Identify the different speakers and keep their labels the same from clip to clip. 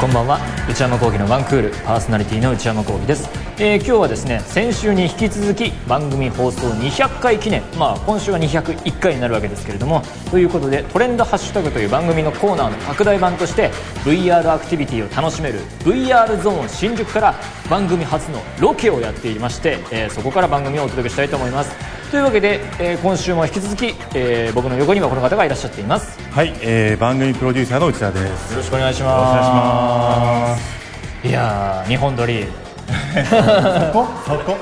Speaker 1: こんばんは内山聖輝のワンクールパーソナリティの内山聖輝です、えー今日はですね先週に引き続き番組放送200回記念まあ今週は201回になるわけですけれどもということでトレンドハッシュタグという番組のコーナーの拡大版として VR アクティビティを楽しめる VR ゾーン新宿から番組初のロケをやっていまして、えーそこから番組をお届けしたいと思いますというわけで、えー今週も引き続き、えー僕の横にはこの方がいらっしゃっています
Speaker 2: はい、えー、番組プロデューサーの内田です。
Speaker 1: よろしくお願いし
Speaker 2: お願いし
Speaker 1: ま
Speaker 2: ます。
Speaker 1: すいやー日本撮り
Speaker 2: そこ、そこ。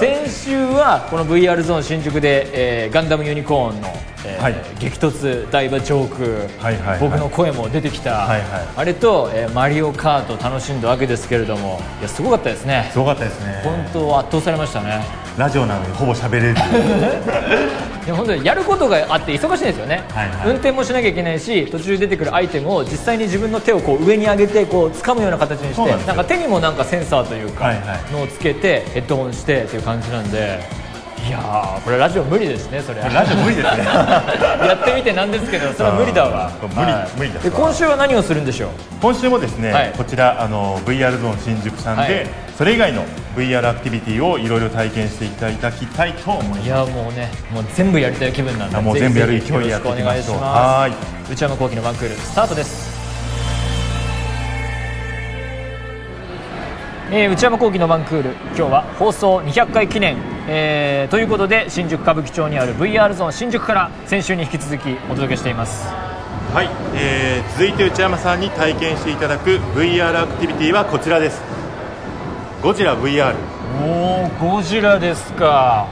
Speaker 1: 先週はこの VR ゾーン新宿で、えーガンダムユニコーンの、えー
Speaker 2: はい
Speaker 1: 激突ダイバジョーク、
Speaker 2: はいはいはい
Speaker 1: 僕の声も出てきた、
Speaker 2: はいはい
Speaker 1: あれと、えーマリオカート楽しんだわけですけれどもいやすごかったですね
Speaker 2: すごかったですね。
Speaker 1: 本当圧倒されましたね
Speaker 2: ラジオなのにほぼ喋れ る。
Speaker 1: いや本当にやることがあって忙しいんですよね、
Speaker 2: はいはい
Speaker 1: 運転もしなきゃいけないし途中出てくるアイテムを実際に自分の手をこう上に上げてこう掴むような形にし
Speaker 2: そう
Speaker 1: て
Speaker 2: なん
Speaker 1: な
Speaker 2: です
Speaker 1: んか手
Speaker 2: よ
Speaker 1: にもなんかセンサーというか
Speaker 2: はいはい
Speaker 1: のをつけてヘッドホンしてっていう感じなんでいやーこれラジオ無理ですねそれ
Speaker 2: ラジオ無理ですね。
Speaker 1: やってみてなんですけどそれは無理だわ
Speaker 2: あー無理
Speaker 1: はい
Speaker 2: 無理だ
Speaker 1: で今週は何をするんでしょう
Speaker 2: 今週もですね、
Speaker 1: はい
Speaker 2: こちらあの VR ゾーン新宿さんで、
Speaker 1: はい
Speaker 2: それ以外の VR アクティビティをいろいろ体験していただきたいと思います。
Speaker 1: いやもうねもう全部やりたい気分なんで
Speaker 2: もう
Speaker 1: ぜひ
Speaker 2: 全部やる
Speaker 1: ぜひよ
Speaker 2: 勢
Speaker 1: ろ
Speaker 2: いでや
Speaker 1: しく
Speaker 2: って
Speaker 1: お
Speaker 2: いきま
Speaker 1: 願い
Speaker 2: し
Speaker 1: し
Speaker 2: ょう。
Speaker 1: ま
Speaker 2: はーい。
Speaker 1: す内山聖輝のワンクールスタートですえー内山聖輝のワンクール今日は放送200回記念、えーということで新宿歌舞伎町にある VR ゾーン新宿から先週に引き続きお届けしています
Speaker 2: はい、えー続いて内山さんに体験していただく VR アクティビティはこちらですゴジラ VR
Speaker 1: おーゴジラですか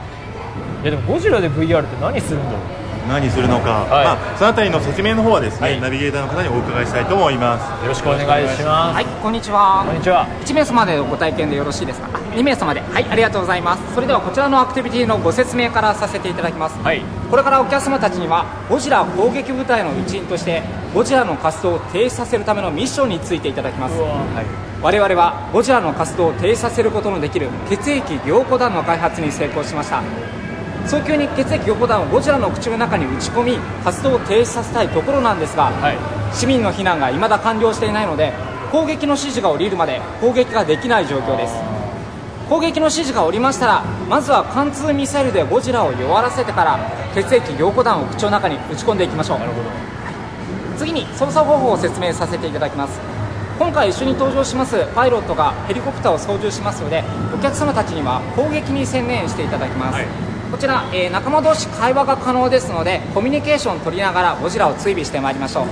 Speaker 1: いやでもゴジラで VR って何するんだろう
Speaker 2: 何するのか、
Speaker 1: い
Speaker 2: まあ、そのあたりの説明の方はですね、
Speaker 1: はい
Speaker 2: ナビゲーターの方にお伺いしたいと思います
Speaker 1: よろしくお願いします。
Speaker 3: はい、こんにち
Speaker 1: こん
Speaker 3: は。
Speaker 1: にちは。
Speaker 3: 1名様でのご体験でよろしいですかあ ?2 名様で。はい、ありがとうございます。それではこちらのアクティビティのご説明からさせていただきます。
Speaker 1: はい
Speaker 3: これからお客様たちには、ゴジラ攻撃部隊の一員として、ゴジラの活動を停止させるためのミッションについていただきます。
Speaker 1: はい。
Speaker 3: 我々はゴジラの活動を停止させることのできる血液凝固弾の開発に成功しました早急に血液凝固弾をゴジラの口の中に打ち込み活動を停止させたいところなんですが、
Speaker 1: はい
Speaker 3: 市民の避難が未だ完了していないので攻撃の指示が下りるまで攻撃ができない状況です攻撃の指示が下りましたらまずは貫通ミサイルでゴジラを弱らせてから血液凝固弾を口の中に打ち込んでいきましょう
Speaker 1: なるほど。
Speaker 3: 次に操作方法を説明させていただきます今回一緒に登場しますパイロットがヘリコプターを操縦しますのでお客様たちには攻撃に専念していただきます、
Speaker 1: はい
Speaker 3: こちら、えー仲間同士会話が可能ですのでコミュニケーションを取りながらゴジラを追尾してまいりましょう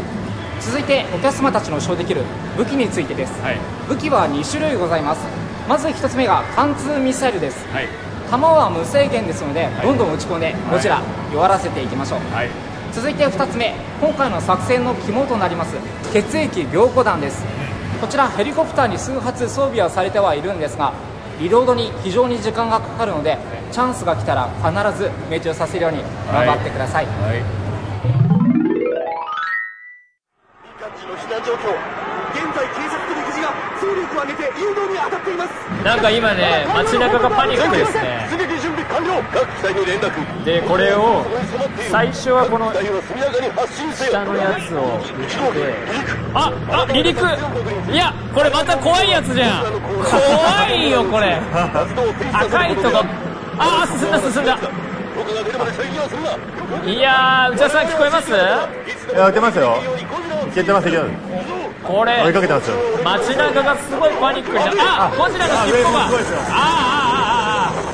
Speaker 3: 続いてお客様たちの使用できる武器についてです、
Speaker 1: はい
Speaker 3: 武器は2種類ございますまず1つ目が貫通ミサイルです
Speaker 1: はい。
Speaker 3: 弾は無制限ですので、どんどん打ち込んでゴジラ弱らせていきましょう、
Speaker 1: はい。
Speaker 3: 続いて2つ目今回の作戦の肝となります血液凝固弾ですこちらヘリコプターに数発装備はされてはいるんですがリロードに非常に時間がかかるのでチャンスが来たら必ず命中させるように頑張ってください、
Speaker 1: はい。
Speaker 4: 民間人の避難状況現在警察と陸自が総力を挙げて誘導に当たっています
Speaker 1: なんか今ね街中がパニックですね
Speaker 4: 出撃準備完了各機体に連絡
Speaker 1: でこれを最初はこの
Speaker 4: 各機体は速やかに発進せよ
Speaker 1: 下のやつを打ち込んで
Speaker 4: 離陸
Speaker 1: あ、あ、離陸。いや、これまた怖いやつじゃん。怖いよこれ。
Speaker 4: 活動を停止させる
Speaker 1: 赤いとこ。あー、進んだ進んだ。
Speaker 4: 許可が出るまで制限をするない
Speaker 1: やー、内田さん聞こえます？
Speaker 2: いや開けますよいけてますいけてま
Speaker 1: こ
Speaker 2: す追い
Speaker 1: れ
Speaker 2: かけてますよ
Speaker 1: 街中がすごいパニックじゃん。あ、ゴジラの尻尾が。あー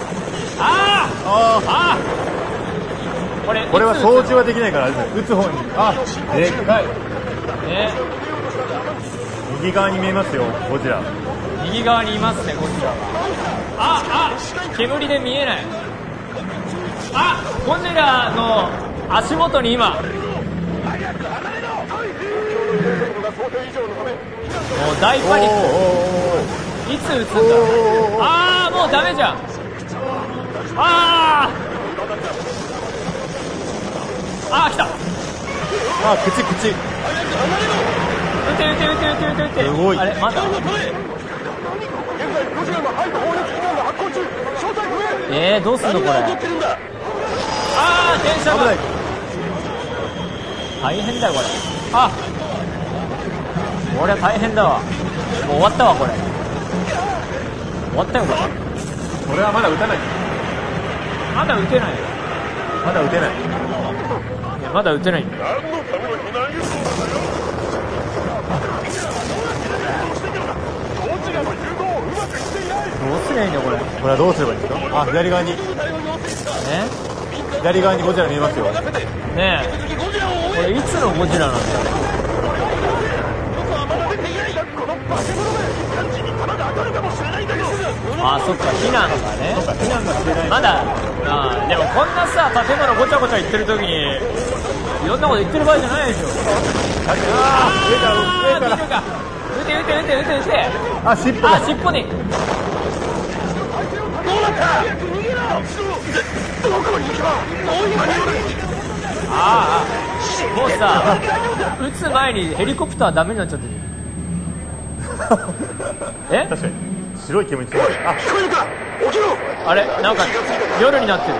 Speaker 1: あーあーあー
Speaker 2: あ
Speaker 1: あー。これ
Speaker 2: ーこれはい
Speaker 1: つ
Speaker 2: 操縦はできないからあれですね打つ方にあでっかい
Speaker 1: ね。
Speaker 2: 右側に見えますよゴジラ
Speaker 1: 右側にいますねこちらはああ煙で見えないあゴジラの足元に今もう大パニックいつ撃つんだああもうダメじゃんあーあー来た
Speaker 2: あ口口
Speaker 1: 撃て撃て撃て撃て撃て撃て
Speaker 2: すごい
Speaker 1: あれまだ
Speaker 4: 現在ロシアの廃部法律機関が発行中正体不明
Speaker 1: えー、どうすんの
Speaker 4: 何
Speaker 1: これ
Speaker 4: が起こってるんだ
Speaker 1: ああ電車
Speaker 2: 危
Speaker 1: が
Speaker 2: ない
Speaker 1: 大変だよこれあこれは大変だわもう終わったわこれ終わったよこ
Speaker 2: 俺はまだ打たない
Speaker 1: れまだ打てない
Speaker 2: まだ打てない
Speaker 1: まだ打てないんだよどうすりゃいいんだよこれ
Speaker 2: これはどうすればいいんですかあ左側に左側にゴジラ見えますよ
Speaker 1: ねねえこれいつのゴジラなんだよあそっか避難がね避難がまだあーでもこんなさ建物ごちゃごちゃ言ってる時にいろんなこと言ってる場合じゃないでしょ
Speaker 2: あ
Speaker 1: あ
Speaker 2: 上から上
Speaker 1: 見
Speaker 2: か
Speaker 1: てるか撃て撃て撃て撃て撃て
Speaker 2: らあ尻尾
Speaker 1: あ
Speaker 2: が
Speaker 1: 尻尾にあーあーもうさ撃つ前にヘリコプターダメになっちゃ ってるえ
Speaker 2: 確かに白い煙ついてるあ
Speaker 1: あれなんか夜になってる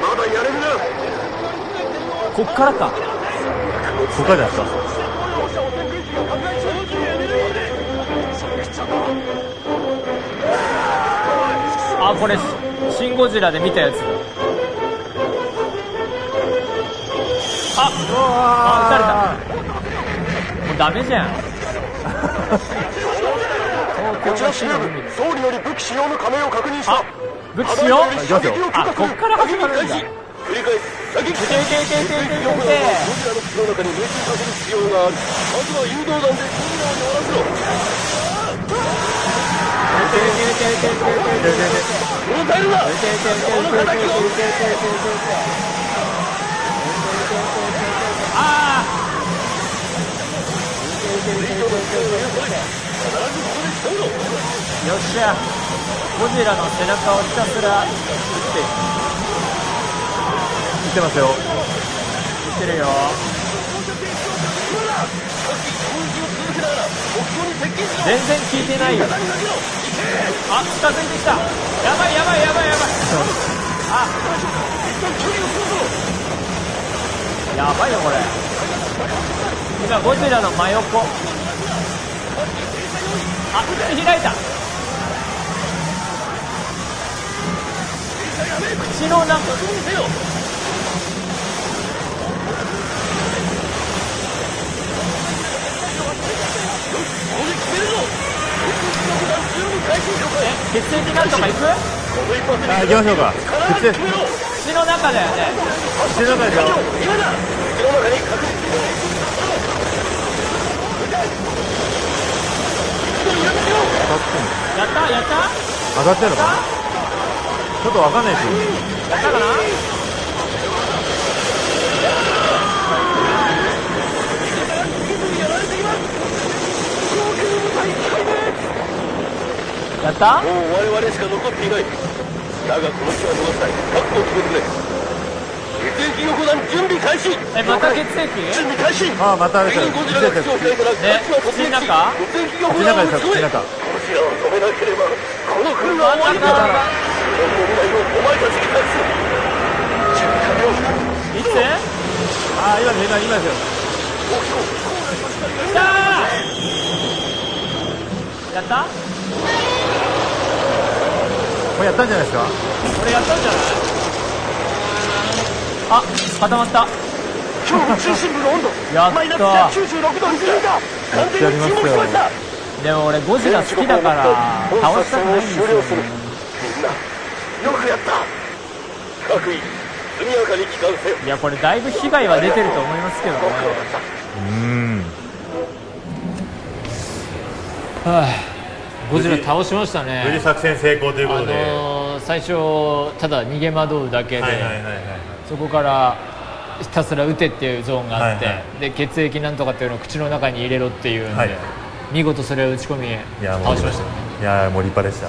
Speaker 1: こっからか
Speaker 2: ここからじゃないですか
Speaker 1: あこれシン・ゴジラで見たやつああ撃たれたもうダメじゃん東京が死の海で
Speaker 4: 総理より武器使用の加盟を確認した
Speaker 1: あ武器使用
Speaker 4: あ行きますよ
Speaker 1: あこっから始まるんだ
Speaker 4: 繰り返す射撃
Speaker 1: 撃て撃て撃て撃て撃て撃
Speaker 4: ゴジラの口の中に命中させる必要があるまずは誘導弾でゴジラを終わらせろこのタイルだこの敵を撃て
Speaker 1: てよっしゃゴジラの背中をひたすら撃
Speaker 2: 行ってますよ
Speaker 1: ってるよ全然効いてないよあ近づいてきたやばいやばいやばいやばいやばいよこれ今ゴジラの真横あ口開いた口の中血液なんとか行く
Speaker 2: あ行きましょうか口です
Speaker 1: 口の中だよね
Speaker 2: 口の中ですよ
Speaker 1: やったやった
Speaker 2: 当たってるのかなちょっとわかんないですよ
Speaker 1: やったかなやった
Speaker 4: もう我々しか残っていないだがこの日は逃したい覚悟を決めてくれ血液横断準備開始
Speaker 1: えまた血液
Speaker 4: 準備開始
Speaker 2: あまたあれです
Speaker 4: 全
Speaker 2: よ
Speaker 4: 員ゴジラが口を開いたら
Speaker 1: ね
Speaker 4: ガチは突撃
Speaker 1: 口の
Speaker 4: し
Speaker 1: 中
Speaker 4: 血液横
Speaker 2: 口の中
Speaker 4: 断を
Speaker 2: ですよ口
Speaker 4: 進
Speaker 2: の
Speaker 4: め
Speaker 2: 中
Speaker 4: ゴジラを止めなければこの国は終わりだ
Speaker 1: 真ん中
Speaker 4: 日本の未来をお前たちに託す準備完
Speaker 1: い
Speaker 4: 了
Speaker 1: つ
Speaker 2: あ今見えた今ですよ
Speaker 1: きたーやった
Speaker 2: これやったんじゃないですか
Speaker 1: これやったんじゃないあ固まった
Speaker 4: 今日の中心部の温度
Speaker 1: やった
Speaker 4: マイナス96度に沈んだ完全に沈黙しました
Speaker 1: でも俺ゴジラ好きだから倒したくないんですよね
Speaker 4: みんなよくやった各位速やかに帰還せよ
Speaker 1: いやこれだいぶ被害は出てると思いますけどね
Speaker 2: うん
Speaker 1: ゴジラ倒しました
Speaker 2: 無
Speaker 1: ね
Speaker 2: 理作戦成功というこ
Speaker 1: あ
Speaker 2: とで、
Speaker 1: のー最初ただ逃げ惑うだけで、
Speaker 2: はいはいはいはい
Speaker 1: そこからひたすら撃てっていうゾーンがあって、
Speaker 2: はいは
Speaker 1: で血液なんとかっていうのを口の中に入れろっていうんで、
Speaker 2: はい
Speaker 1: 見事それを打ち込み
Speaker 2: いやもう
Speaker 1: 倒しましたね
Speaker 2: いやもう立派でした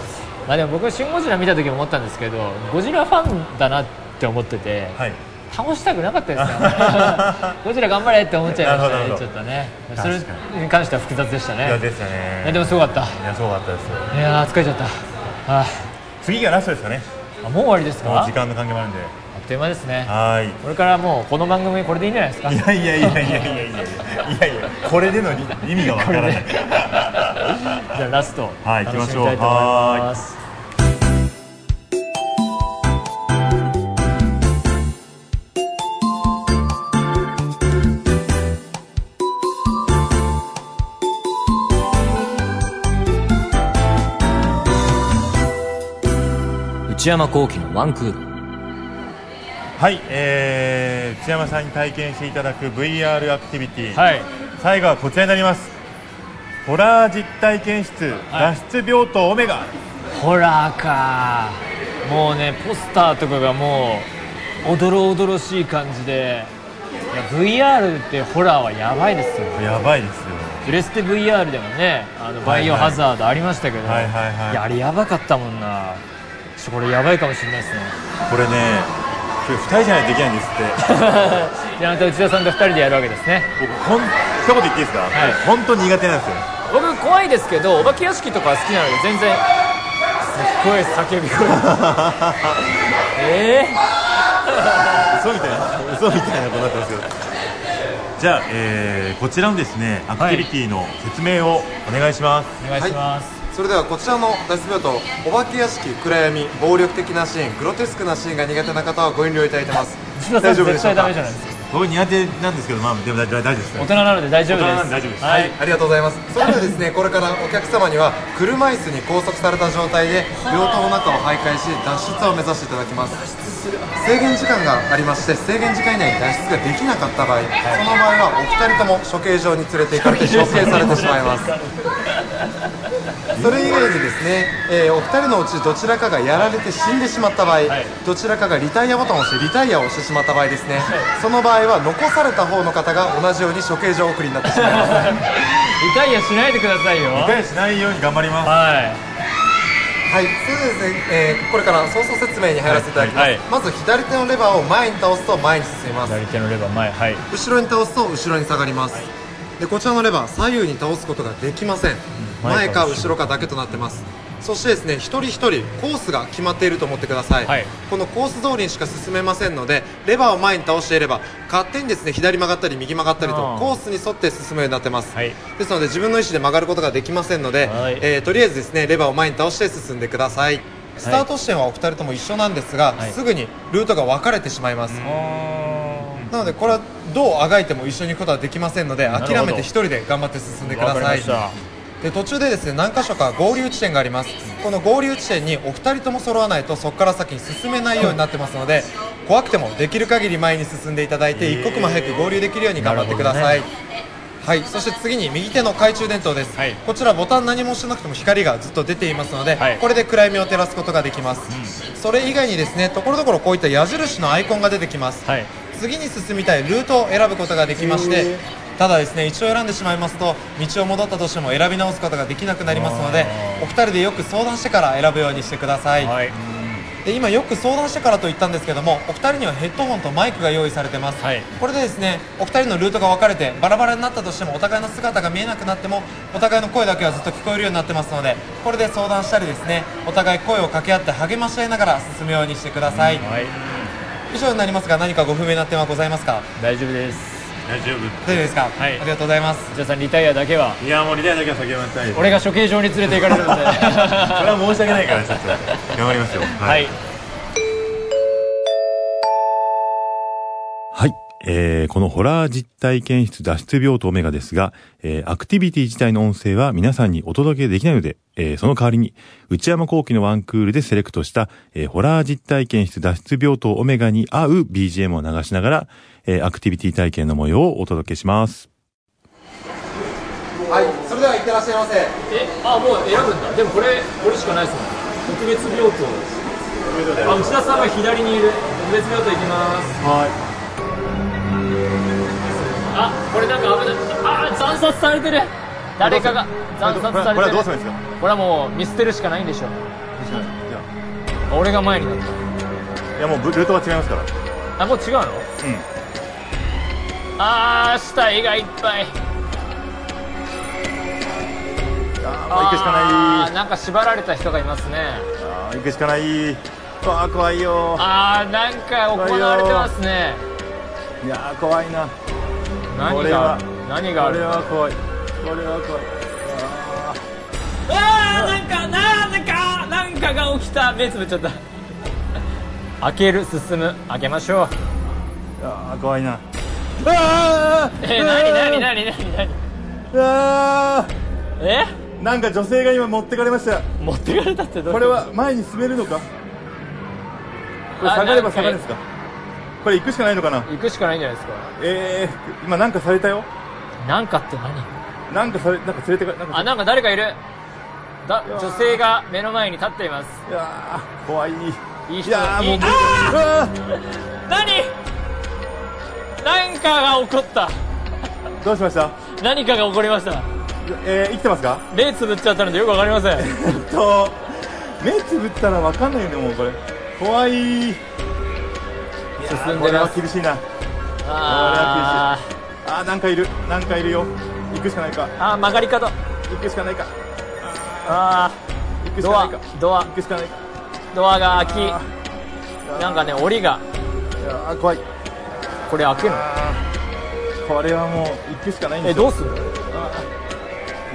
Speaker 1: まあでも僕は「シン・ゴジラ」見た時も思ったんですけどゴジラファンだなって思ってて、
Speaker 2: はい
Speaker 1: 倒したくなかったです よゴジラ頑張れって思っちゃいました
Speaker 2: なる
Speaker 1: ね
Speaker 2: ほ
Speaker 1: ち
Speaker 2: ど
Speaker 1: ょっとね
Speaker 2: 確
Speaker 1: そ
Speaker 2: か
Speaker 1: れ
Speaker 2: に
Speaker 1: に関しては複雑でした
Speaker 2: いや
Speaker 1: ね
Speaker 2: でしたね
Speaker 1: いやでもすごかった
Speaker 2: いやすごかったですよ
Speaker 1: いやー疲れちゃったあ
Speaker 2: 次がラストですかね
Speaker 1: ーあもう終わりです
Speaker 2: もう
Speaker 1: か
Speaker 2: 時間の関係もあるんで
Speaker 1: あっという間ですね
Speaker 2: は
Speaker 1: これからもうこの番組これでいいんじゃないですか
Speaker 2: ーいいやいやいやいやいやいやいやいやいやこれでの意味がわからない
Speaker 1: じゃあラスト、
Speaker 2: はい
Speaker 1: 楽みたいと思います内山幸輝のワンクール
Speaker 2: はい、えー、内山さんに体験していただく VR アクティビティ、
Speaker 1: はい
Speaker 2: 最後はこちらになりますホラー実体験室、
Speaker 1: はい
Speaker 2: 脱出病棟オメガ
Speaker 1: ホラーかもうねポスターとかがもうおどろおどろしい感じでいや VR ってホラーはやばいですよ
Speaker 2: やばいですよ
Speaker 1: プレステ VR でもねあのバイオハザードありましたけど、
Speaker 2: はいはいはい
Speaker 1: いやあれやばかったもんなちょっとこれやばいかもしれないですね
Speaker 2: これね今日2人じゃないとできないんですって
Speaker 1: じゃあまた内田さんと2人でやるわけですね
Speaker 2: 僕ほん一言言っていいですか、
Speaker 1: はい
Speaker 2: 本当苦手なんですよ
Speaker 1: 僕怖いですけどお化け屋敷とか好きなので全然すっごい叫び声ええ
Speaker 2: 嘘みたいな嘘みたいなことになってますけどじゃあ、えーこちらのですねアクティビティの説明をお願いします、
Speaker 1: お願いします、
Speaker 5: それではこちらの脱出病とお化け屋敷暗闇暴力的なシーングロテスクなシーンが苦手な方はご遠慮いただいてます
Speaker 1: 内田さん
Speaker 5: 大丈夫で
Speaker 1: 絶
Speaker 5: し
Speaker 1: 対
Speaker 5: ょう
Speaker 1: ダ
Speaker 5: か
Speaker 1: メじゃないですか
Speaker 2: 僕苦手なんですけどまあでも大大大丈夫です
Speaker 1: 大人なので大丈夫です
Speaker 2: 大人なんで大丈夫です
Speaker 1: はい
Speaker 5: ありがとうございますそれではですねこれからお客様には車椅子に拘束された状態で病棟の中を徘徊し脱出を目指していただきます制限時間がありまして制限時間以内に脱出ができなかった場合、その場合はお二人とも処刑場に連れて行かれて処刑されてしまいますそれ以外でですね、えーお二人のうちどちらかがやられて死んでしまった場合、
Speaker 1: はい
Speaker 5: どちらかがリタイアボタンを押してリタイアをしてしまった場合ですね、その場合は残された方の方が同じように処刑場送りになってしまいます
Speaker 1: リタイアしないでくださいよ
Speaker 2: 理解しないように頑張ります
Speaker 1: は
Speaker 5: はい、そうですね、えーこれから操作説明に入らせていただきます、
Speaker 2: はいはい
Speaker 5: まず左手のレバーを前に倒すと前に進みま
Speaker 1: い
Speaker 5: す
Speaker 1: 左手のレバー前はい
Speaker 5: 後ろに倒すと後ろに下がります、でこちらのレバー左右に倒すことができません、前か後ろかだけとなってますそしてですね一人一人コースが決まっていると思ってください、
Speaker 1: はい
Speaker 5: このコース通りにしか進めませんのでレバーを前に倒していれば勝手にですね左曲がったり右曲がったりと
Speaker 1: あー
Speaker 5: コースに沿って進むようになってます、
Speaker 1: はい
Speaker 5: ですので自分の意思で曲がることができませんので、
Speaker 1: はい
Speaker 5: えーとりあえずですねレバーを前に倒して進んでくださいスタート地点はお二人とも一緒なんですが、
Speaker 1: はい
Speaker 5: すぐにルートが分かれてしまいます、なのでこれはどうあがいても一緒に行くことはできませんので
Speaker 1: ほど
Speaker 5: 諦めて一人で頑張って進んでくだ
Speaker 1: わか
Speaker 5: さ
Speaker 1: り
Speaker 5: い
Speaker 1: ました
Speaker 5: で途中でですね何箇所か合流地点がありますこの合流地点にお二人とも揃わないとそこから先に進めないようになってますので怖くてもできる限り前に進んでいただいて一刻も早く合流できるように頑張ってくだ
Speaker 1: な
Speaker 5: さ
Speaker 1: る
Speaker 5: い、はい、そして次に右手の懐中電灯です、
Speaker 1: はい
Speaker 5: こちらボタン何もしてなくても光がずっと出ていますので、
Speaker 1: はい
Speaker 5: これで暗闇を照らすことができます、それ以外にですねところどころこういった矢印のアイコンが出てきます、
Speaker 1: はい
Speaker 5: 次に進みたいルートを選ぶことができましてただですね一応選んでしまいますと道を戻ったとしても選び直すことができなくなりますのでお二人でよく相談してから選ぶようにしてください、
Speaker 1: はい
Speaker 5: で今よく相談してからと言ったんですけどもお二人にはヘッドホンとマイクが用意されてます、
Speaker 1: はい
Speaker 5: これでですねお二人のルートが分かれてバラバラになったとしてもお互いの姿が見えなくなってもお互いの声だけはずっと聞こえるようになってますのでこれで相談したりですねお互い声を掛け合って励まし合いながら進むようにしてください、
Speaker 1: はい
Speaker 5: 以上になりますが何かご不明な点はございますか
Speaker 1: 大丈夫です
Speaker 2: 大丈夫
Speaker 5: 大丈夫ですか、
Speaker 1: はい
Speaker 5: ありがとうございます
Speaker 1: 内田さんリタイアだけはい
Speaker 2: やもうリタイアだけは避けましたい
Speaker 1: 俺が処刑場に連れて行かれるので
Speaker 2: それは申し訳ないからちょっと頑張りますよは
Speaker 1: はい
Speaker 2: はい、えーこのホラー実体験室脱出病棟オメガですが、えーアクティビティ自体の音声は皆さんにお届けできないので、えーその代わりに内山幸輝のワンクールでセレクトした、えーホラー実体験室脱出病棟オメガに合う BGM を流しながら、えーアクティビティ体験の模様をお届けします。
Speaker 5: はいそれではいってらっしゃいませ
Speaker 1: えあもう選ぶんだでもこれ俺しかないですもん特別病棟あ内田さんが左にいる特別病棟行きますはいあこれなんか危ないあー惨殺されてる誰かが惨殺されてる
Speaker 2: るんですか
Speaker 1: これはもう見捨てるしかないんでしょ俺が前になっ
Speaker 2: いやもうルートが違いますから。
Speaker 1: たあもう違うのああ死体がいっぱい
Speaker 2: あ行くし
Speaker 1: あ
Speaker 2: か
Speaker 1: ーなんか縛られた人がいますね
Speaker 2: ない。行くしかない。わあ怖いよ。
Speaker 1: あーなんか行われてますね
Speaker 2: いや怖いな。
Speaker 1: 何
Speaker 2: これ
Speaker 1: が
Speaker 2: は
Speaker 1: 何がある
Speaker 2: 怖い。これは怖い。
Speaker 1: え起きた目つぶっちゃった開ける進む開けましょう
Speaker 2: あー怖いな
Speaker 1: えー、なになになになになに
Speaker 2: あ
Speaker 1: え
Speaker 2: ーなんか女性が今持ってかれました
Speaker 1: 持ってかれたってどういう
Speaker 2: これは前に進めるのかこれ下がれば下がるんですかこれ行くしかないのかな
Speaker 1: 行くしかないんじゃないですか
Speaker 2: えー、今なんかされたよ
Speaker 1: なんかって何
Speaker 2: なんかされなんか連れてかなんか
Speaker 1: あなんか誰かいるだ
Speaker 2: やー
Speaker 1: 女性が目の前に立っています
Speaker 2: いやー怖い
Speaker 1: いい人
Speaker 2: いやーもう
Speaker 1: いい
Speaker 2: あ
Speaker 1: 何何かが起こった
Speaker 2: ーどうしました
Speaker 1: 何かが起こりました
Speaker 2: えー、生きてますか
Speaker 1: 目つぶっちゃったのでよくわかりません
Speaker 2: えっと目つぶったらわかんないよねもうこれ怖いいやー
Speaker 1: 進ん
Speaker 2: こ
Speaker 1: で
Speaker 2: れ
Speaker 1: ま
Speaker 2: は
Speaker 1: す
Speaker 2: 厳しいな
Speaker 1: あ
Speaker 2: あーなんかいるなんかいるよ行くしかないか
Speaker 1: ーあー曲がり角
Speaker 2: 行くしかないか
Speaker 1: あ
Speaker 2: 行
Speaker 1: ー
Speaker 2: くし
Speaker 1: ド
Speaker 2: か
Speaker 1: ア
Speaker 2: ないか
Speaker 1: ドア
Speaker 2: 行くしかないか
Speaker 1: ドアが開
Speaker 2: あ
Speaker 1: きなんかね檻が
Speaker 2: ーいやー怖い
Speaker 1: これ開くの
Speaker 2: あーこれはもう行くしかないんで
Speaker 1: え
Speaker 2: すよ
Speaker 1: どうする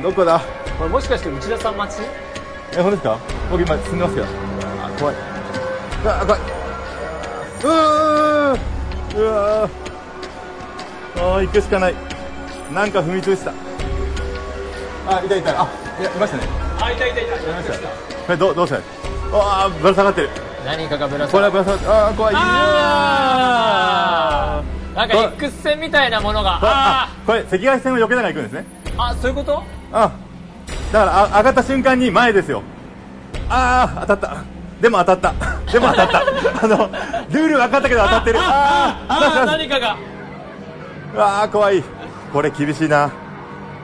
Speaker 2: どこだ
Speaker 1: これもしかして内田さん待ち
Speaker 2: え本当ですか僕今進んでますよあー怖いあー怖いうわーうわーあー行くしかないなんか踏み潰したあいたいたあいやいましたね
Speaker 1: あいたいたいた
Speaker 2: これどうどうしたらいいあーぶら下がってる
Speaker 1: 何かがぶら
Speaker 2: こ
Speaker 1: 下
Speaker 2: れ
Speaker 1: が
Speaker 2: は
Speaker 1: る
Speaker 2: ぶら下がってあー怖い
Speaker 1: あーなん
Speaker 2: こ
Speaker 1: か
Speaker 2: れ
Speaker 1: X 線みたいなものが
Speaker 2: あ
Speaker 1: あ
Speaker 2: あこれ赤外線を避けながら行くんですね
Speaker 1: ーあそういうこと
Speaker 2: あだからあ上がった瞬間に前ですよああ当たったでも当た ったでも当たった あのルール分かったけど当たってるああ
Speaker 1: あー何かが
Speaker 2: うわあ怖いこれ厳しいな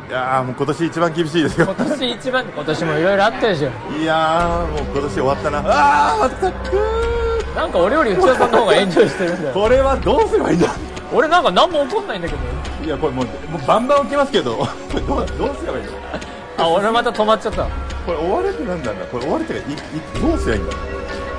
Speaker 2: いやーもう今年一番厳しいですよ
Speaker 1: 今年一番今年もいろいろあったでしょ
Speaker 2: いやーもう今年終わったなああたく
Speaker 1: なんか俺より内田さんの方が炎上してるんだよ
Speaker 2: これはどうすればいいんだ
Speaker 1: 俺なんか何も起こんないんだけど
Speaker 2: いやこれもうもうバンバン起きますけど これどうどうすればいいの
Speaker 1: あ俺また止まっちゃった
Speaker 2: これ終われってなんなんだこれ終われってかいいどうすりゃいいんだ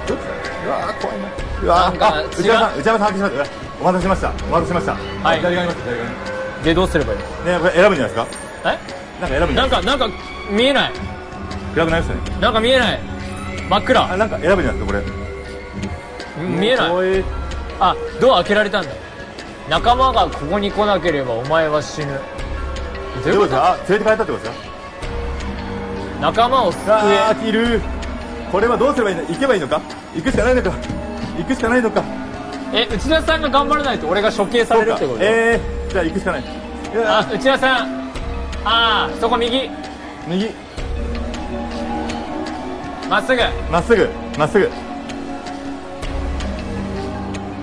Speaker 2: どうすりゃいいんだうわー怖いなう
Speaker 1: な
Speaker 2: わ
Speaker 1: ん
Speaker 2: ー
Speaker 1: か
Speaker 2: あ
Speaker 1: 違う
Speaker 2: 内山さん内山さん発見しましたお待たせしましたお待たせしました
Speaker 1: はい
Speaker 2: 左側にいます左側にいます
Speaker 1: でどうすればいいの
Speaker 2: ねこれ選ぶんじゃないですかなんか選ぶ
Speaker 1: え
Speaker 2: んじゃ
Speaker 1: な
Speaker 2: なんいで
Speaker 1: かなんか見えない
Speaker 2: すか暗くないですよね
Speaker 1: なんか見えない真っ
Speaker 2: あ
Speaker 1: 暗
Speaker 2: なんか選ぶんじゃないですかこれ
Speaker 1: 見えない
Speaker 2: い
Speaker 1: あドア開けられたんだ仲間がここに来なければお前は死ぬど
Speaker 2: どう
Speaker 1: う
Speaker 2: い
Speaker 1: いううこと
Speaker 2: こです
Speaker 1: と
Speaker 2: かあ連れて帰ったってことですか
Speaker 1: 仲間を救
Speaker 2: あ
Speaker 1: え
Speaker 2: ーいるこれはどうすればいいの行けばいいのか行くしかないのか行くしかないのか
Speaker 1: え内田さんが頑張らないと俺が処刑されるって
Speaker 2: そ
Speaker 1: こ
Speaker 2: う
Speaker 1: と
Speaker 2: かえー、じゃあ行くしかないいや
Speaker 1: あ内田さんああそこ右
Speaker 2: 右
Speaker 1: まっすぐ
Speaker 2: まっすぐまっすぐ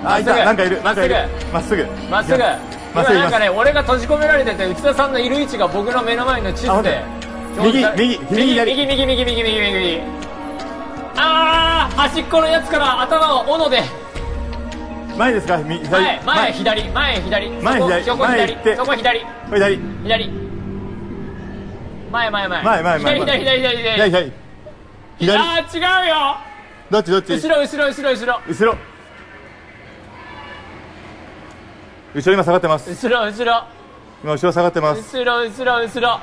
Speaker 2: あいた
Speaker 1: ま
Speaker 2: な
Speaker 1: っすぐ
Speaker 2: んかいるなんかいるまっすぐ
Speaker 1: まっすぐ
Speaker 2: いやまっすぐ
Speaker 1: 今
Speaker 2: い
Speaker 1: なん
Speaker 2: ま
Speaker 1: か
Speaker 2: す
Speaker 1: ね俺が閉じ込められてて内田さんのいる位置が僕の目の前の地図で
Speaker 2: あ本当だ右右
Speaker 1: 右
Speaker 2: 左
Speaker 1: 右右右右右右右ああ端っこのやつから頭を斧で
Speaker 2: 前ですかみ左
Speaker 1: 前前左前左
Speaker 2: 前左
Speaker 1: そこそこ
Speaker 2: 前
Speaker 1: 左
Speaker 2: 行って
Speaker 1: そこ左
Speaker 2: これ左
Speaker 1: 左前前前
Speaker 2: 前前前
Speaker 1: 左左左左
Speaker 2: 左左左
Speaker 1: ああ違うよ
Speaker 2: どっちどっち
Speaker 1: 後ろ後ろ後ろ後ろ
Speaker 2: 後ろ後ろ今下がってます
Speaker 1: 後ろ後ろ
Speaker 2: 今後ろ下がってます
Speaker 1: 後ろ後ろ後ろ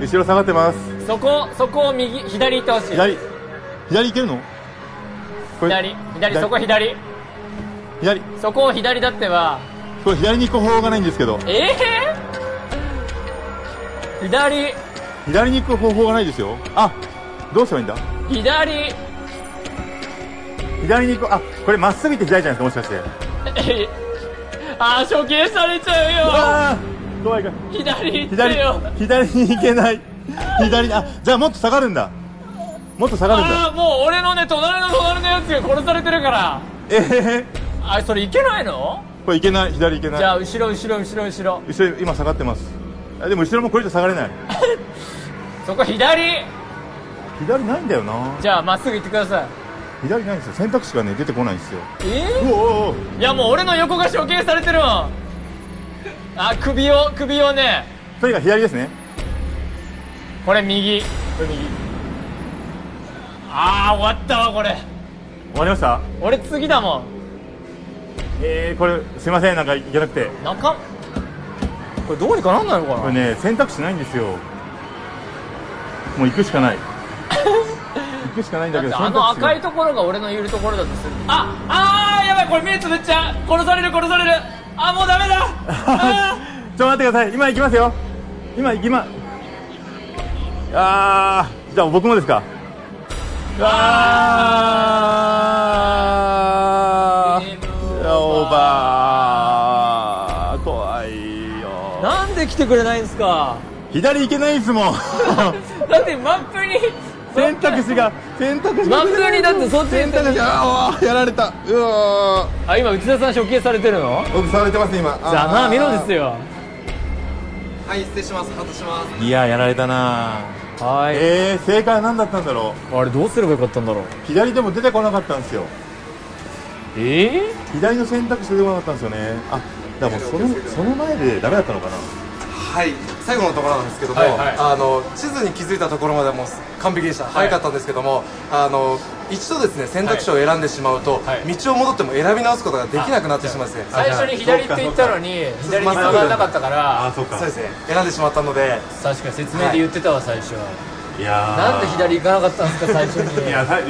Speaker 2: 後ろ下がってます
Speaker 1: そこそこを右左行ってほしい
Speaker 2: 左左行けるのこれ
Speaker 1: 左左そこ左
Speaker 2: 左
Speaker 1: そこを左だってば
Speaker 2: これ左に行く方法がないんですけど
Speaker 1: ええ左
Speaker 2: 左に行く方法がないですよあどうしたらいいんだ
Speaker 1: 左
Speaker 2: 左に行くあこれまっすぐ行って左じゃないですかもしかして
Speaker 1: えあー処刑されちゃうよ
Speaker 2: ああ怖いか
Speaker 1: 左行っ
Speaker 2: 左
Speaker 1: てよ
Speaker 2: 左に行けない左にあじゃあもっと下がるんだもっと下がるん
Speaker 1: あ
Speaker 2: だ
Speaker 1: あもう俺のね隣の隣のやつが殺されてるから
Speaker 2: ええ
Speaker 1: あそれいけないの
Speaker 2: これ行けない左行けない
Speaker 1: じゃあ後ろ後ろ後ろ後ろ
Speaker 2: 後ろ今下がってますあでも後ろもこれ以上下がれない
Speaker 1: そこ左
Speaker 2: 左ないんだよな
Speaker 1: じゃあまっすぐ行ってください
Speaker 2: 左ないんですよ選択肢がね出てこないんですよ
Speaker 1: え
Speaker 2: おおお
Speaker 1: ー、いやもう俺の横が処刑されてるわあ首を首をね
Speaker 2: とにかく左ですね
Speaker 1: これ右
Speaker 2: これ右終
Speaker 1: ああ終わったわこれ
Speaker 2: わりました
Speaker 1: 俺次だもん
Speaker 2: えー、これすいませんなんか行けなくて
Speaker 1: 中これどうにかなんないの
Speaker 2: こ
Speaker 1: か
Speaker 2: れね選択肢ないんですよもう行くしかないくしかないんだけど
Speaker 6: あの赤いところが俺のいるところだとするああーやばいこれ目つぶっちゃう殺される殺されるあもうダメ だあー
Speaker 2: ちょっと待ってください今行きますよ今行きまあーじゃあ僕もですかあ
Speaker 6: ゲ
Speaker 2: ー
Speaker 6: ーム
Speaker 2: オーバー怖いよ
Speaker 6: なんで来てくれないんですか
Speaker 2: 左行けないんすもん
Speaker 6: だって満腹に
Speaker 2: 選択肢が選択肢が
Speaker 6: 満腹にだってそっちに
Speaker 2: 選択肢があーやられたうわ
Speaker 6: あ今内田さん処刑されてるの
Speaker 5: 僕触れてます今
Speaker 6: ざまあ見ろですよ
Speaker 5: はい失礼します外します
Speaker 2: ーいややられたな
Speaker 6: はい
Speaker 2: えー、正解は何だったんだろ
Speaker 6: あれどうすればよかったんだろう
Speaker 2: う左でも出てこなかったんですよ
Speaker 6: ええ
Speaker 2: 左の選択肢出てこなかったんですよねあだからもうそのその前でダメだったのかな
Speaker 5: はい最後のところなんですけども、
Speaker 6: はいはい
Speaker 5: あの地図に気づいたところまではもう完璧でした、
Speaker 6: い
Speaker 5: 早かったんですけどもあの一度ですね選択肢を選んでしまうと、
Speaker 6: はい
Speaker 5: 道を戻っても選び直すことができなくなってしまうんですね
Speaker 6: 最初に左って言ったのに左に曲がらなかったから
Speaker 2: そっ
Speaker 5: そうですね選んでしまったので
Speaker 6: 確かに説明で言ってたわ最初
Speaker 2: いやー
Speaker 6: なんで左行かなかったんですか最初に
Speaker 2: いやさいや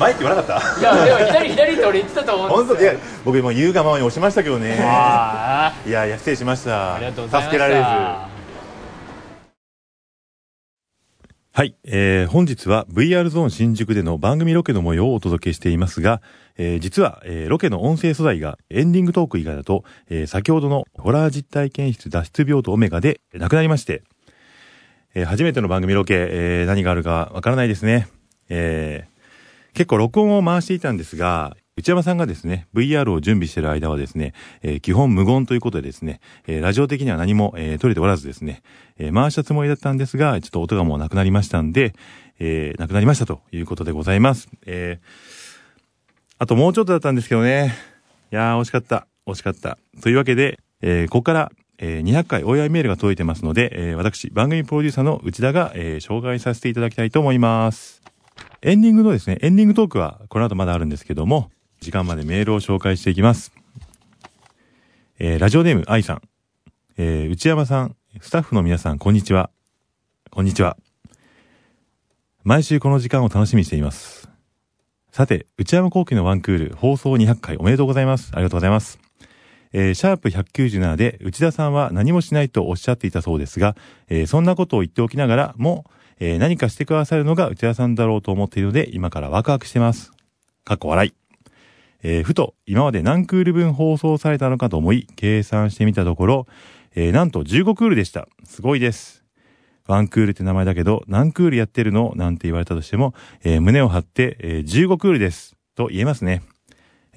Speaker 2: 前って言わなかった
Speaker 6: いやでも左左って俺言ってたと思う
Speaker 2: 本
Speaker 6: ん
Speaker 2: 当
Speaker 6: で
Speaker 2: い
Speaker 6: すよ
Speaker 2: や僕今優雅ママに押しましたけどね
Speaker 6: あ
Speaker 2: いやいや失礼しました
Speaker 6: あありがとうございました
Speaker 2: 助けられずはい、えー本日は VR ゾーン新宿での番組ロケの模様をお届けしていますが、えー実は、えーロケの音声素材がエンディングトーク以外だと、えー先ほどのホラー実体験室脱出病とオメガでなくなりまして、えー初めての番組ロケ、えー何があるかわからないですね。えー結構録音を回していたんですが、内山さんがですね、VR を準備している間はですね、えー基本無言ということでですね、えーラジオ的には何も、えー取れておらずですね、えー回したつもりだったんですが、ちょっと音がもうなくなりましたんで、えーなくなりましたということでございます。えーあともうちょっとだったんですけどね、いやー惜しかった、惜しかった。というわけで、えーここから、えー200回お祝いメールが届いてますので、えー私、番組プロデューサーの内田が、えー紹介させていただきたいと思います。エンディングのですね、エンディングトークはこの後まだあるんですけども、時間までメールを紹介していきます。えーラジオネーム愛さん、えー内山さん、スタッフの皆さん、こんにちは。こんにちは。毎週この時間を楽しみにしています。さて、内山幸喜のワンクール放送200回おめでとうございます。ありがとうございます。えーシャープ197で内田さんは何もしないとおっしゃっていたそうですが、えーそんなことを言っておきながらも、えー何かしてくださるのが内田さんだろうと思っているので、今からワクワクしてます。かっこ笑い。えーふと今まで何クール分放送されたのかと思い、計算してみたところ、えーなんと15クールでした。すごいです。ワンクールって名前だけど、何クールやってるのなんて言われたとしても、えー胸を張って、えー15クールです。と言えますね。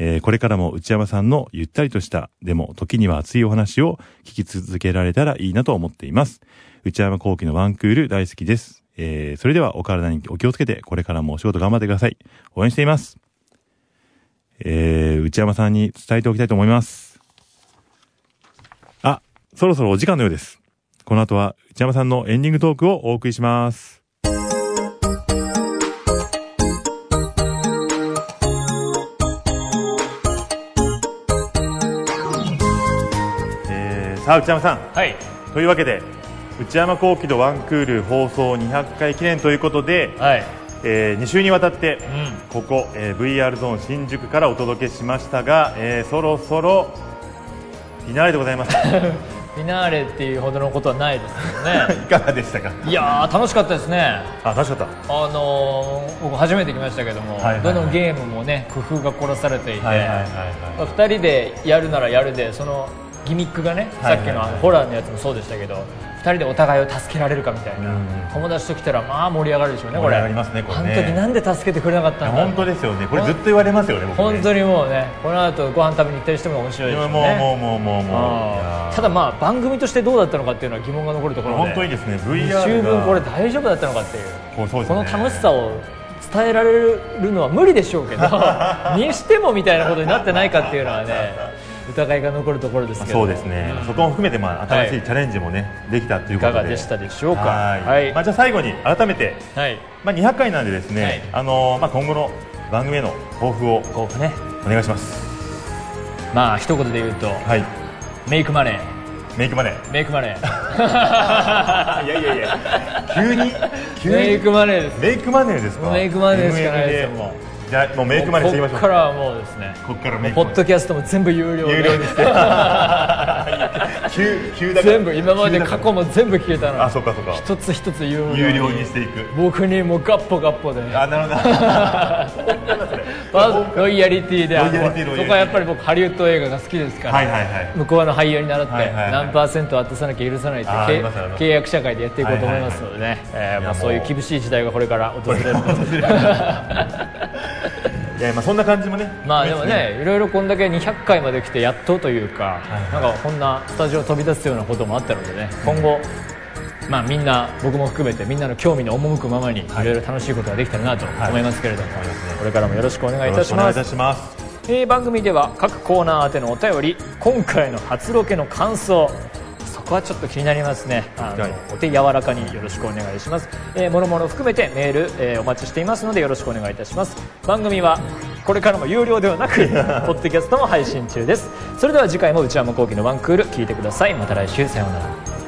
Speaker 2: えーこれからも内山さんのゆったりとした、でも時には熱いお話を聞き続けられたらいいなと思っています。内山幸喜のワンクール大好きです。えーそれではお体にお気をつけて、これからもお仕事頑張ってください。応援しています。えー内山さんに伝えておきたいと思います。あ、そろそろお時間のようです。この後は内山さんのエンディングトークをお送りします。えーさあ内山さん、
Speaker 1: はい
Speaker 2: というわけで内山幸喜のワンクール放送200回記念ということで、
Speaker 1: はい
Speaker 2: え2週にわたって、
Speaker 1: う
Speaker 2: ここ、えー VR ゾーン新宿からお届けしましたが、えーそろそろフィナーレでござ いますい
Speaker 1: フィナーレっていうほどのことはないですけどね
Speaker 2: かがでしたか
Speaker 1: いやー楽しかったですね
Speaker 2: あ楽しかっ
Speaker 1: あのー僕初めて来ましたけども、
Speaker 2: はいはいはい
Speaker 1: どのゲームもね工夫が凝らされていて、
Speaker 2: た
Speaker 1: まあ2人でやるならやるでそのギミックがね、
Speaker 2: はいはいはい
Speaker 1: さっきのあのホラーのやつもそうでしたけど2人でお互いを助けられるかみたいな、
Speaker 2: うん
Speaker 1: 友達と来たらまあ盛り上がるでしょうねこ
Speaker 2: 盛り
Speaker 1: れ
Speaker 2: 上がりますねこれね
Speaker 1: あの時なんで助けてくれなかったんだ
Speaker 2: 本当ですよねこれずっと言われますよね僕ね
Speaker 1: 本当にもうねこの後ご飯食べに行ったりしても面白いでしょうね
Speaker 2: もうもうもうもうもう
Speaker 1: あーただまあ番組としてどうだったのかっていうのは疑問が残るところで
Speaker 2: 本当にですね VR が
Speaker 1: 2週分これ大丈夫だったのかっていう
Speaker 2: こうそうです
Speaker 1: こ
Speaker 2: ね
Speaker 1: の楽しさを伝えられるのは無理でしょうけ どにしてもみたいなことになってないかっていうのはね疑いが残るところですけど
Speaker 2: そうですね、そこも含めて、まあ、新しいチャレンジもね、できたという
Speaker 1: い
Speaker 2: ことで
Speaker 1: かがでしたでしょうか
Speaker 2: はい、
Speaker 1: はい
Speaker 2: まあ、じゃあ最後に改めて、
Speaker 1: はい
Speaker 2: まあ、200回なんでですね、
Speaker 1: はい
Speaker 2: あのーまあ、今後の番組への抱負を
Speaker 1: 抱負ね
Speaker 2: お願いします
Speaker 1: まあ一言で言うと
Speaker 2: はい
Speaker 1: メイクマネー
Speaker 2: メイクマ ネー
Speaker 1: メイクマネー
Speaker 2: いやいやいや急に急に
Speaker 1: メイクマネーです
Speaker 2: メイクマネーですか
Speaker 1: メイクマネーしかないですよ
Speaker 2: ML
Speaker 1: もう
Speaker 2: じゃあもうメイクマネーしていきましょう
Speaker 1: こっからはもうですね
Speaker 2: こっからメイク
Speaker 1: ポ
Speaker 2: マ
Speaker 1: ッ
Speaker 2: ネ
Speaker 1: ドキャストも全部有料で
Speaker 2: 有料にして 急急だから
Speaker 1: 全部今まで過去も全部消えたの
Speaker 2: あそうかそうか
Speaker 1: 一つ一つ有料
Speaker 2: 有料にしていく
Speaker 1: 僕にもうガッポガッポで
Speaker 2: あなるほど
Speaker 1: まずロイヤリティであの
Speaker 2: ロイヤリティロイヤリティ
Speaker 1: そこはやっぱり僕ハリウッド映画が好きですから、
Speaker 2: はいはいはい
Speaker 1: 向こうの俳優に習って
Speaker 2: はいはいはい
Speaker 1: 何パーセント渡さなきゃ許さないって
Speaker 2: あーありますありま
Speaker 1: 契
Speaker 2: す
Speaker 1: 契約社会でやっていこうと思いますのでねえーまあ
Speaker 2: いや
Speaker 1: そういう
Speaker 2: もう
Speaker 1: 厳しい時代がこれから訪れ る
Speaker 2: いやまあそんな感じもね
Speaker 1: まあでもねいろいろこんだけ200回まで来てやっとというか、なんかこんなスタジオ飛び出すようなこともあったのでね今後、まあ、みんな僕も含めてみんなの興味の赴くままにいろいろ楽しいことができたらなと思いますけれども、これからもよろしくお願いい
Speaker 2: よ
Speaker 1: た
Speaker 2: ろ
Speaker 1: し
Speaker 2: しくお願
Speaker 1: ま
Speaker 2: いい
Speaker 1: す
Speaker 2: たします
Speaker 1: えー番組では各コーナー宛てのお便り今回の初ロケの感想そこはちょっと気になりますねあの
Speaker 2: はい
Speaker 1: お手柔らかによろしくお願いします、えー、もろもろ含めてメール、えーお待ちしていますのでよろしくお願いいたします番組はこれからも有料ではな くポッドキャストも配信中ですそれでは次回も内山聖輝のワンクール聞いてくださいまた来週さようなら